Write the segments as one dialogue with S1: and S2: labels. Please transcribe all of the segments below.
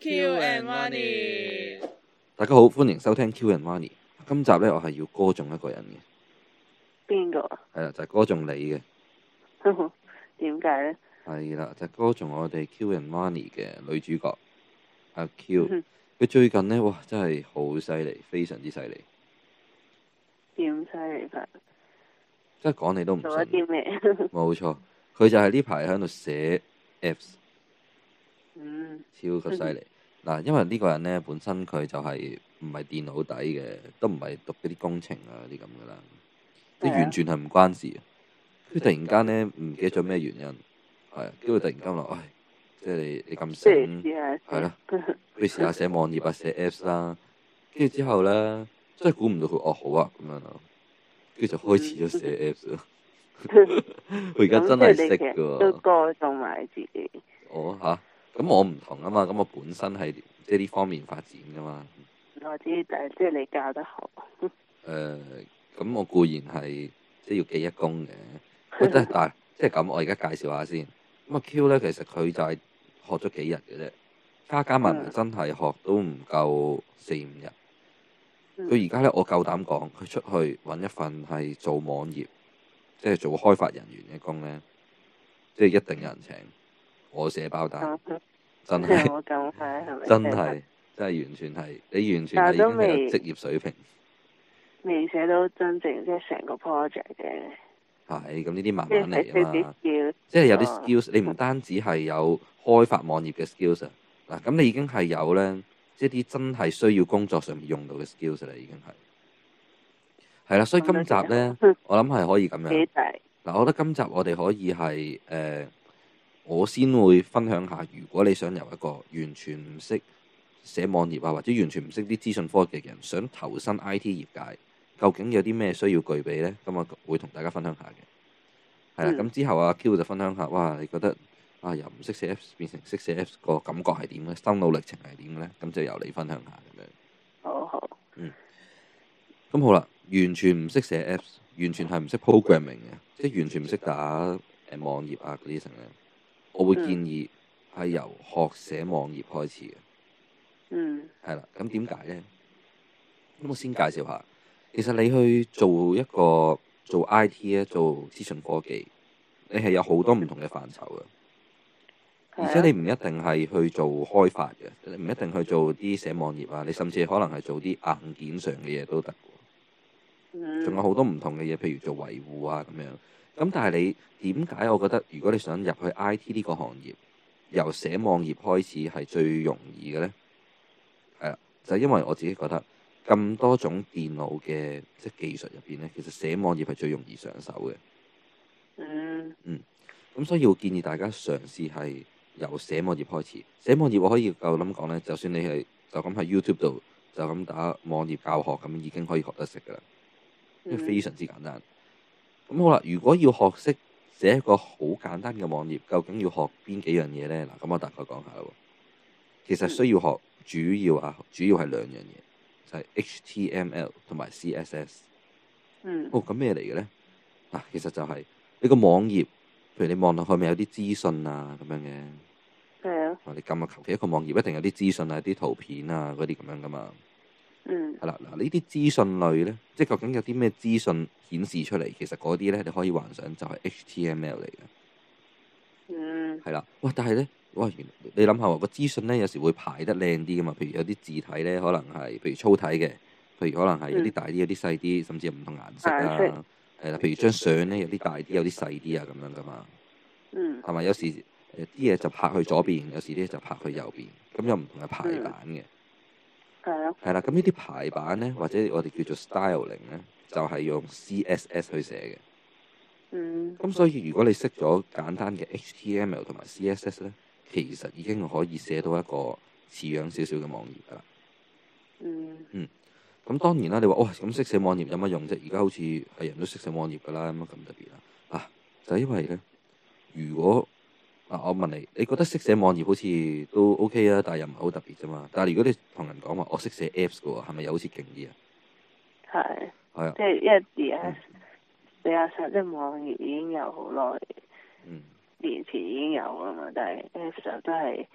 S1: Q and Money，
S2: 大家好，歡迎收聽 Q and Money。今集呢，我係要歌頌一個人嘅，
S3: 邊 個啊？
S2: 係啦，就係、歌頌你嘅，
S3: 點解咧？
S2: 係啦，就係歌頌我哋 Q and Money 嘅女主角阿 Q。
S3: 嗯
S2: 佢最近呢，哇，真係好犀利，非常之犀利，
S3: 點犀利法？
S2: 真係講你都唔
S3: 做咗
S2: 信。
S3: 啲咩？
S2: 冇錯，佢就係呢排喺度寫 Apps。
S3: 嗯
S2: 超級犀利。嗱，因為呢個人咧本身佢就係唔係電腦底嘅，都唔係讀嗰啲工程啊嗰啲咁噶啦，你
S3: 係啊
S2: 完全係唔關事嘅。佢突然間咧唔記得咗咩原因，係
S3: 嗯
S2: 啊，跟住突然間話，唉，即係你你咁
S3: 不如試
S2: 醒，
S3: 下先。
S2: 係咯，不如試下寫網頁啊，寫 Apps 啦。跟住之後咧，真係估唔到佢哦好啊咁樣咯，跟住就開始咗 寫 Apps 咯。佢而家真係
S3: 咁即係
S2: 識
S3: 你
S2: 嘅
S3: 其實都
S2: 喎。
S3: 歌頌埋自己。
S2: 我吓，咁、我唔同啊嘛，咁我本身係即係呢方面發展噶嘛。
S3: 我知，但係即係你教得好。
S2: 誒、咁我固然係即係要記一功嘅。喂，但係但係即係咁，我而家介紹下先。咁啊 Q 咧，其實佢就係學咗幾日嘅啫，加加埋埋
S3: 嗯
S2: 真係學都唔夠四五日。
S3: 嗯
S2: 佢而家咧，我夠膽講，佢出去揾一份係做網頁，即係做開發人員嘅工咧，即係一定有人請。我寫包單，真係。
S3: 我咁快 係咪？
S2: 真係真係完全係，你完全係
S3: 但
S2: 已經
S3: 係都
S2: 係有
S3: 未
S2: 職業水平。
S3: 未寫到真正即係成個 project 嘅，
S2: 係咁呢啲慢
S3: 即係睇
S2: 慢嚟啊
S3: 佢
S2: 嘛，
S3: 啲
S2: 即係有啲
S3: 啊
S2: skills，你唔單止係有開發網頁嘅 skills 啊，嗱咁你已經係有咧，即係啲真係需要工作上面用到嘅 skills 啦，已經係。係啦，所以今集咧，我諗係可以咁
S3: 要
S2: 樣
S3: 啊幾。大。
S2: 嗱，我覺得今集我哋可以係誒、呃我先會分享下，如果你想由一個完全唔識寫網頁啊，或者完全唔識啲資訊科技嘅人，想投身 I T 業界，究竟有啲咩需要具備呢？咁我會同大家分享下嘅。係啦，
S3: 嗯
S2: 咁之後阿 Q 就分享下，哇！你覺得啊由唔識寫 Apps 變成識寫 Apps 個感覺係點呢？心路歷程係點嘅呢？咁就由你分享下咁樣。
S3: 好好，
S2: 咁好啦，完全唔識寫 Apps，完全係唔識 programming 嘅，即係完全唔識打誒網頁啊嗰啲成咧。我會建議係由學寫網頁開始嘅，
S3: 嗯
S2: 係啦。咁點解呢？咁我先介紹下，其實你去做一個做 IT 咧，做資訊科技，你係有好多唔同嘅範疇嘅。
S3: 係啊，
S2: 而且你唔一定係去做開發嘅，你唔一定去做啲寫網頁啊，你甚至可能係做啲硬件上嘅嘢都得喎。
S3: 你
S2: 仲有好多唔同嘅嘢，譬如做維護啊咁樣。咁但係你點解我覺得如果你想入去 I T 呢個行業，由寫網頁開始係最容易嘅呢？係啦，就係因為我自己覺得咁多種電腦嘅即係技術入邊呢，其實寫網頁係最容易上手嘅。
S3: 嗯
S2: 咁所以我建議大家嘗試係由寫網頁開始。寫網頁我可以夠諗講呢，就算你係就咁喺 YouTube 度就咁打網頁教學咁，已經可以學得識㗎啦。因為
S3: 嗯
S2: 非常之簡單。咁好啦，如果要學識寫一個好簡單嘅網頁，究竟要學邊幾樣嘢呢？嗱，咁我大概講下啦喎。其實需要學主要啊，主要係兩樣嘢，就係、HTML 同埋 CSS。
S3: 嗯
S2: 哦，咁咩嚟嘅呢？嗱、其實就係你個網頁，譬如你望落去咪有啲資訊啊咁樣嘅。
S3: 係啊
S2: 我哋撳啊，求其一個網頁一定有啲資訊啊、啲圖片啊嗰啲咁樣噶嘛。
S3: 嗯
S2: 係啦，嗱呢啲資訊類呢，即係究竟有啲咩資訊顯示出嚟？其實嗰啲呢，你可以幻想就係 HTML 嚟嘅，
S3: 嗯
S2: 係啦。哇！但係呢，哇，原來你諗下喎，個資訊呢，有時會排得靚啲噶嘛。譬如有啲字體呢，可能係譬如粗體嘅，譬如可能係有啲
S3: 嗯
S2: 大啲，有啲細啲，甚至有唔同顏色
S3: 顏色
S2: 啊。係啦，譬如張相呢，有啲大啲，有啲細啲啊，咁樣噶嘛。
S3: 嗯
S2: 係咪？有時誒啲嘢就拍去左邊，有時啲嘢就拍去右邊，咁有唔同嘅排
S3: 嗯
S2: 版嘅。
S3: 係啊
S2: 係啦，咁呢啲排版呢，或者我哋叫做 styling 呢，就係用 CSS 去寫
S3: 嗯
S2: 嘅。咁所以如果你識咗簡單嘅 HTML 同埋 CSS 呢，其實已經可以寫到一個似樣少少嘅網頁㗎啦。
S3: 嗯
S2: 咁當然啦，你話哇咁識寫網頁有乜用啫？而家好似係人都識寫網頁㗎啦，有乜咁特別啊？啊，就係因為呢，如果啊，我問你，你覺得識寫網頁好似都 OK 啊，但係又唔係好特別啫嘛。但係如果你同人講話我識寫 Apps 嘅喎，係咪又好似勁啲啊？
S3: 係。
S2: 係啊
S3: 即，係因為而家比較上即係網頁已經有好耐
S2: 嗯。
S3: 啊年前已經有啦嘛，但係 Apps 就都係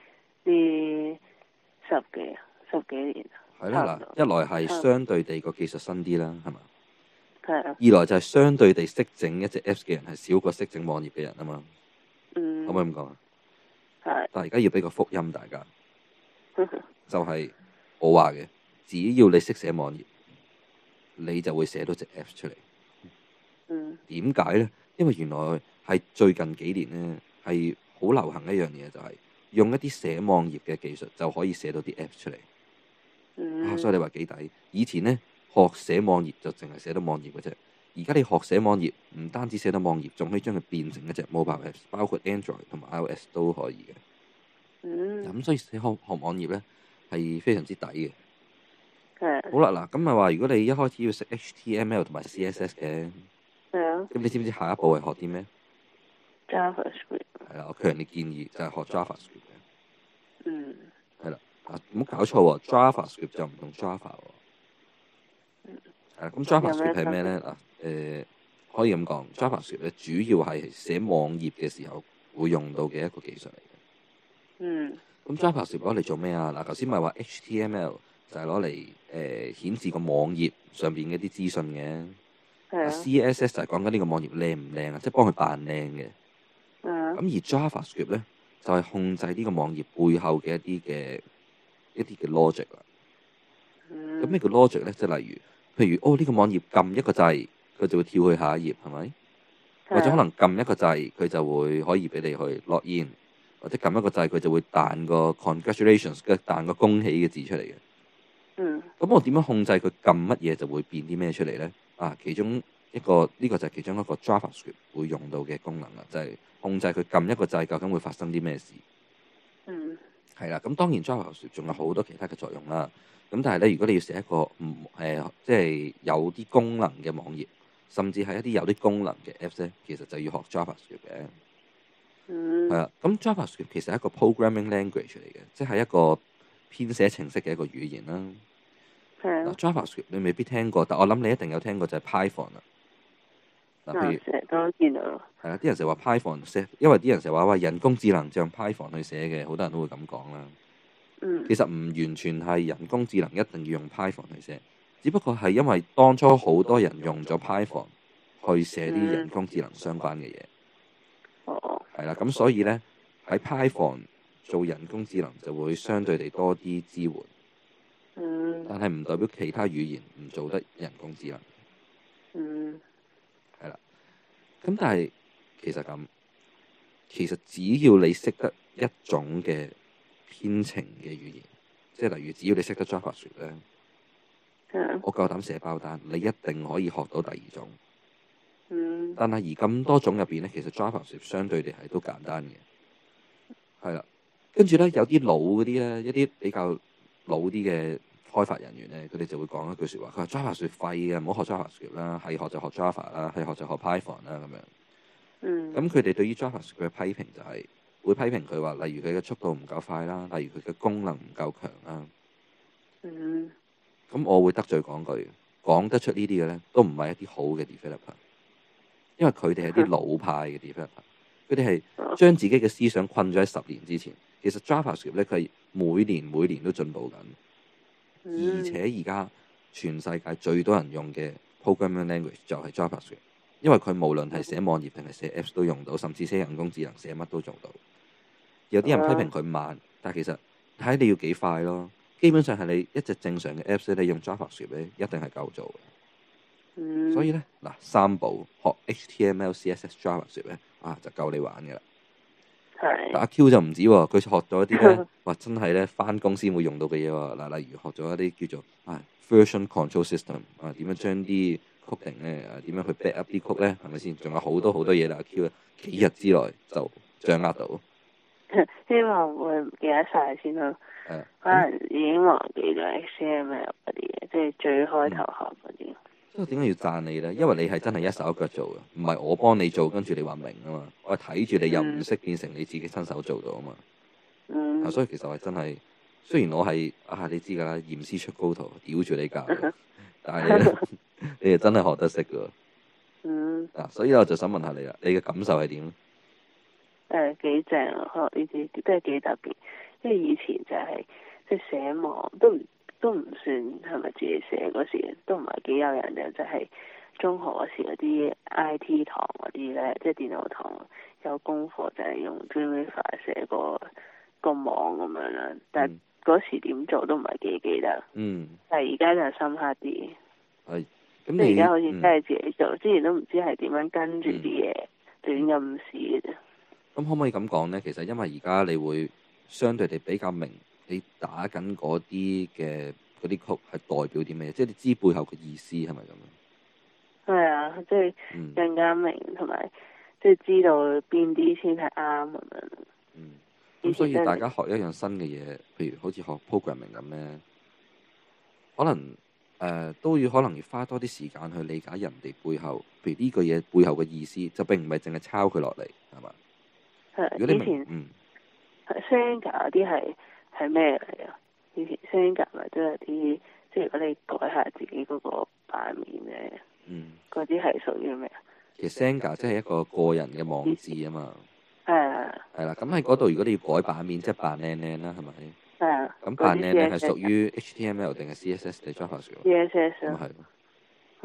S3: 啲十幾十幾年，
S2: 係啦嗱，一來係相對地個技術新啲啦，係嘛？
S3: 係啊，
S2: 二來就係相對地識整一隻 Apps 嘅人係少過識整網頁嘅人啊嘛，
S3: 嗯，
S2: 可唔可以咁講啊？
S3: 係，
S2: 但係而家要俾個福音大家，
S3: 嗯
S2: 就係、我話嘅，只要你識寫網頁，你就會寫到隻 Apps 出嚟。
S3: 嗯
S2: 點解呢？因為原來係最近幾年呢，係好流行一樣嘢，就係、用一啲寫網頁嘅技術就可以寫到啲 Apps 出嚟。
S3: 嗯，
S2: 啊，所以你話幾抵？以前呢，學寫網頁就淨係寫到網頁嘅啫，而家你學寫網頁唔單止寫到網頁，仲可以將佢變成一隻 mobile apps，包括 Android 同埋 iOS 都可以嘅。
S3: 嗯，
S2: 咁所以寫學學網頁呢，係非常之抵嘅。
S3: 係
S2: 好啦，嗱，咁咪話如果你一開始要識 HTML 同埋 CSS 嘅，
S3: 係啊
S2: 咁你知唔知下一步係學啲咩？
S3: ，JavaScript，
S2: 係啦，我強烈建議就係學 JavaScript 嘅。
S3: 嗯
S2: 啊，唔好搞錯喎，JavaScript 就唔同 Java 喎。係啦咁 JavaScript 係咩咧？嗱，誒可以咁講，JavaScript 咧主要係寫網頁嘅時候會用到嘅一個技術嚟
S3: 嗯
S2: 嘅。咁 JavaScript 攞嚟做咩啊？嗱，頭先咪話 HTML 就係攞嚟誒顯示個網頁上邊嘅啲資訊嘅。
S3: 係啊，
S2: CSS 就係講緊呢個網頁靚唔靚啊，即係幫佢扮靚嘅。
S3: 嗯
S2: 咁而 JavaScript 咧就係、控制呢個網頁背後嘅一啲嘅一啲嘅 logic 啊啦。
S3: 嗯，
S2: 咁咩叫 logic 咧？即係例如，譬如哦呢、個網頁撳一個掣，佢就會跳去下一頁，係咪？
S3: 啊
S2: 或者可能撳一個掣，佢就會可以俾你去 log in，或者撳一個掣，佢就會彈個 congratulations 嘅彈個恭喜嘅字出嚟嘅。
S3: 嗯
S2: 咁我點樣控制佢撳乜嘢就會變啲咩出嚟呢？啊，其中一個呢、個就係其中一個 JavaScript 會用到嘅功能啦，就係、控制佢撳一個掣究竟會發生啲咩事。
S3: 嗯
S2: 係啦，咁當然 JavaScript 仲有好多其他嘅作用啦。咁但係咧，如果你要寫一個唔誒、呃即係有啲功能嘅網頁，甚至係一啲有啲功能嘅 Apps 咧，其實就要學 JavaScript 嘅。
S3: 嗯
S2: 係啦，咁 JavaScript 其實係一個 programming language 嚟嘅，即係一個編寫程式嘅一個語言啦。
S3: 係
S2: 嗱
S3: 啊，
S2: JavaScript 你未必聽過，但我諗你一定有聽過就係 Python 啦。嗱，譬如
S3: 嗱成日都見到咯，
S2: 係啦，啲人成日話 Python 寫，因為啲人成日話喂人工智能就用 Python 去寫嘅，好多人都會咁講啦。
S3: 嗯
S2: 其實唔完全係人工智能一定要用 Python 去寫，只不過係因為當初好多人用咗 Python 去寫啲人工智能相關嘅嘢，
S3: 哦，
S2: 係啦，咁所以呢，喺 Python 做人工智能就會相對地多啲支援，
S3: 嗯
S2: 但係唔代表其他語言唔做得人工智能。
S3: 嗯
S2: 係啦。咁但係其實咁，其實只要你識得一種嘅編程嘅語言，即係例如只要你識得 JavaScript 咧，
S3: 係啊，
S2: 我夠膽寫包單，你一定可以學到第二種。
S3: 嗯
S2: 但係而咁多種入邊咧，其實 JavaScript 相對地係都簡單嘅，係啦。跟住咧，有啲老嗰啲咧，一啲比較老啲嘅開發人員咧，佢哋就會講一句説話，佢話 JavaScript 廢嘅，唔好學 JavaScript 啦，係學就學 Java 啦，係學就學 Python 啦咁樣。
S3: 嗯
S2: 咁佢哋對於 JavaScript 嘅批評就係、會批評佢話，例如佢嘅速度唔夠快啦，例如佢嘅功能唔夠強啦。
S3: 嗯
S2: 咁我會得罪講句，講得出呢啲嘅咧，都唔係一啲好嘅 developer，因為佢哋係啲老派嘅 developer，佢哋係將自己嘅思想困咗喺十年之前。其實 JavaScript 咧，佢係每年每年都進步緊，而
S3: 嗯
S2: 且而家全世界最多人用嘅 programming language 就係 JavaScript，因為佢無論係寫網頁定係寫 Apps 都用到，甚至寫人工智能寫乜都做到。有啲人批評佢慢，但其實睇你要幾快咯。基本上係你一隻正常嘅 Apps 咧，你用 JavaScript 咧一定係夠做嘅。
S3: 嗯，
S2: 所以咧嗱，三步學 HTML、CSS、JavaScript 咧啊，就夠你玩嘅啦。但
S3: 係
S2: 阿 Q 就唔止喎，佢學咗一啲咧，話真係咧翻工先會用到嘅嘢喎。嗱，例如學咗一啲叫做啊 version control system 啊，點樣將啲 coding 咧啊，點樣去 back up 啲 code 咧，係咪先？仲有好多好多嘢啦，阿 Q 幾日之內就掌握到。
S3: 希望會唔記得晒先咯。
S2: 誒、啊，
S3: 可能已經忘記咗 HTML 嗰啲嘢，即係最開頭學嗰啲。
S2: 所以點解要讚你呢？因為你係真係一手一腳做嘅，唔係我幫你做，跟住你話明啊嘛。我係睇住你又唔識，變成你自己親手做到啊嘛。
S3: 嗯
S2: 啊，所以其實我係真係，雖然我係啊，你知㗎啦，嚴師出高徒，屌住 你教嘅，但係你呢你 係真係學得識㗎
S3: 嗯，
S2: 喎。啊，所以我就想問下你啊啦，你嘅感受係點呢？
S3: 呃誒幾正啊！學呢啲都係幾特別，因為以前就係即係寫網都唔都唔算係咪自己寫嗰時，都唔係幾有人嘅，就係、中學嗰時嗰啲 I T 堂嗰啲咧，即係電腦堂有功課就係用 Dreamweaver 寫個個網咁樣啦，但係
S2: 嗯
S3: 嗰時點做都唔係幾記得，
S2: 嗯，
S3: 但係而家就深刻啲。
S2: 咁
S3: 即係而
S2: 你
S3: 家好似真
S2: 嗯
S3: 係自己做，之前都唔知係點樣跟住啲嘢
S2: 嗯
S3: 亂咁試嘅啫。
S2: 咁可唔可以咁講呢？其實因為而家你會相對地比較明你打緊嗰啲嘅嗰啲曲係代表啲咩，即係你知背後嘅意思係咪咁樣？
S3: 係啊，即係
S2: 嗯
S3: 更加明同埋即係知道邊啲先係啱咁樣。
S2: 嗯。
S3: 以
S2: 咁所以
S3: 前真係
S2: 大家學一樣新嘅嘢，譬如好似學 programming 咁呢，可能誒、呃都要可能要花多啲時間去理解人哋背後，譬如呢句嘢背後嘅意思，就並唔係淨係抄佢落嚟，係嘛？
S3: 係
S2: 如果你
S3: 以
S2: 明
S3: 前
S2: 嗯
S3: s a n g a 嗰啲係係咩嚟啊？以前 s a n g a 咪都有啲即係如果你改下自己嗰個版面咧，
S2: 嗯，
S3: 嗰啲係屬於咩啊？
S2: 其實 Senga 即係一個個人嘅網誌啊嘛。
S3: 係啊
S2: 係啦，咁喺嗰度如果你要改版面，即係扮靚靚啦，係咪？
S3: 係啊，
S2: 咁扮靚靚係屬
S3: 於
S2: 於 HTML 定係 CSS 定 JavaScript？
S3: ESS
S2: 咁
S3: 啊。
S2: 係咯，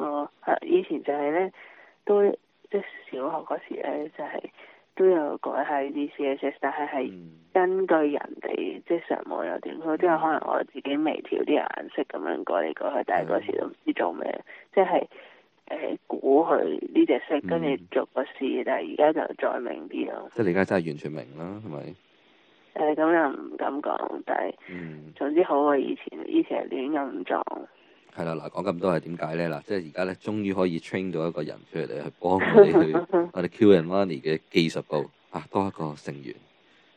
S3: 哦，係以前就係咧，都即係小學嗰時咧，就係、都有改下呢啲 CSS，但係係
S2: 嗯
S3: 根據人哋即係上網又點，佢都有可能我自己微調啲顏色咁樣改嚟改去，但係嗰時都唔知做咩，即係誒估佢呢隻色，跟住
S2: 嗯
S3: 逐個試，但係而家就再明啲咯。
S2: 即係你而家真係完全明啦，係咪？
S3: 誒咁又唔敢講，但係
S2: 嗯，
S3: 總之好過啊以前，以前係亂咁撞，
S2: 係啦，嗱，講咁多係點解咧？嗱，即係而家咧，終於可以 train 到一個人出嚟去幫我哋去我哋 Q and Money 嘅技術部啊，多一個成員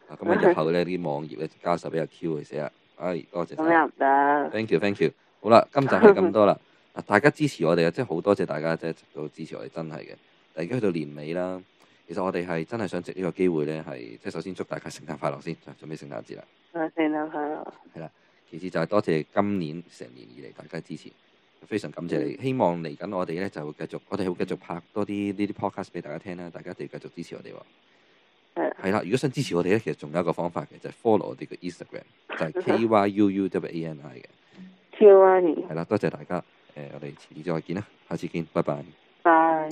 S2: 啊，咁喺日後咧啲網頁咧加手俾阿 Q 去寫啊，唉，多謝晒。
S3: 咁又唔得。
S2: thank you，thank you。好啦，今集係咁多啦。啊，大家支持我哋啊，即係好多謝大家即係到支持我哋，真係嘅。但而家去到年尾啦，其實我哋係真係想藉呢個機會咧，係即係首先祝大家聖誕快樂先，啊準備聖誕節啦。
S3: 我聖誕快樂，
S2: 其次就係多謝今年成年以嚟大家支持，非常感謝你。希望嚟緊我哋咧就會繼續，我哋會繼續拍多啲呢啲 podcast 俾大家聽啦。大家一定要繼續支持我哋喎。
S3: 係啊
S2: 係啦，如果想支持我哋咧，其實仲有一個方法嘅，就係、follow 我哋嘅 Instagram，就係 K Y U U W A N I 嘅。
S3: 超啊你，
S2: 係啦，多謝大家。誒、我哋遲啲再見啦，下次見，拜拜。
S3: 拜。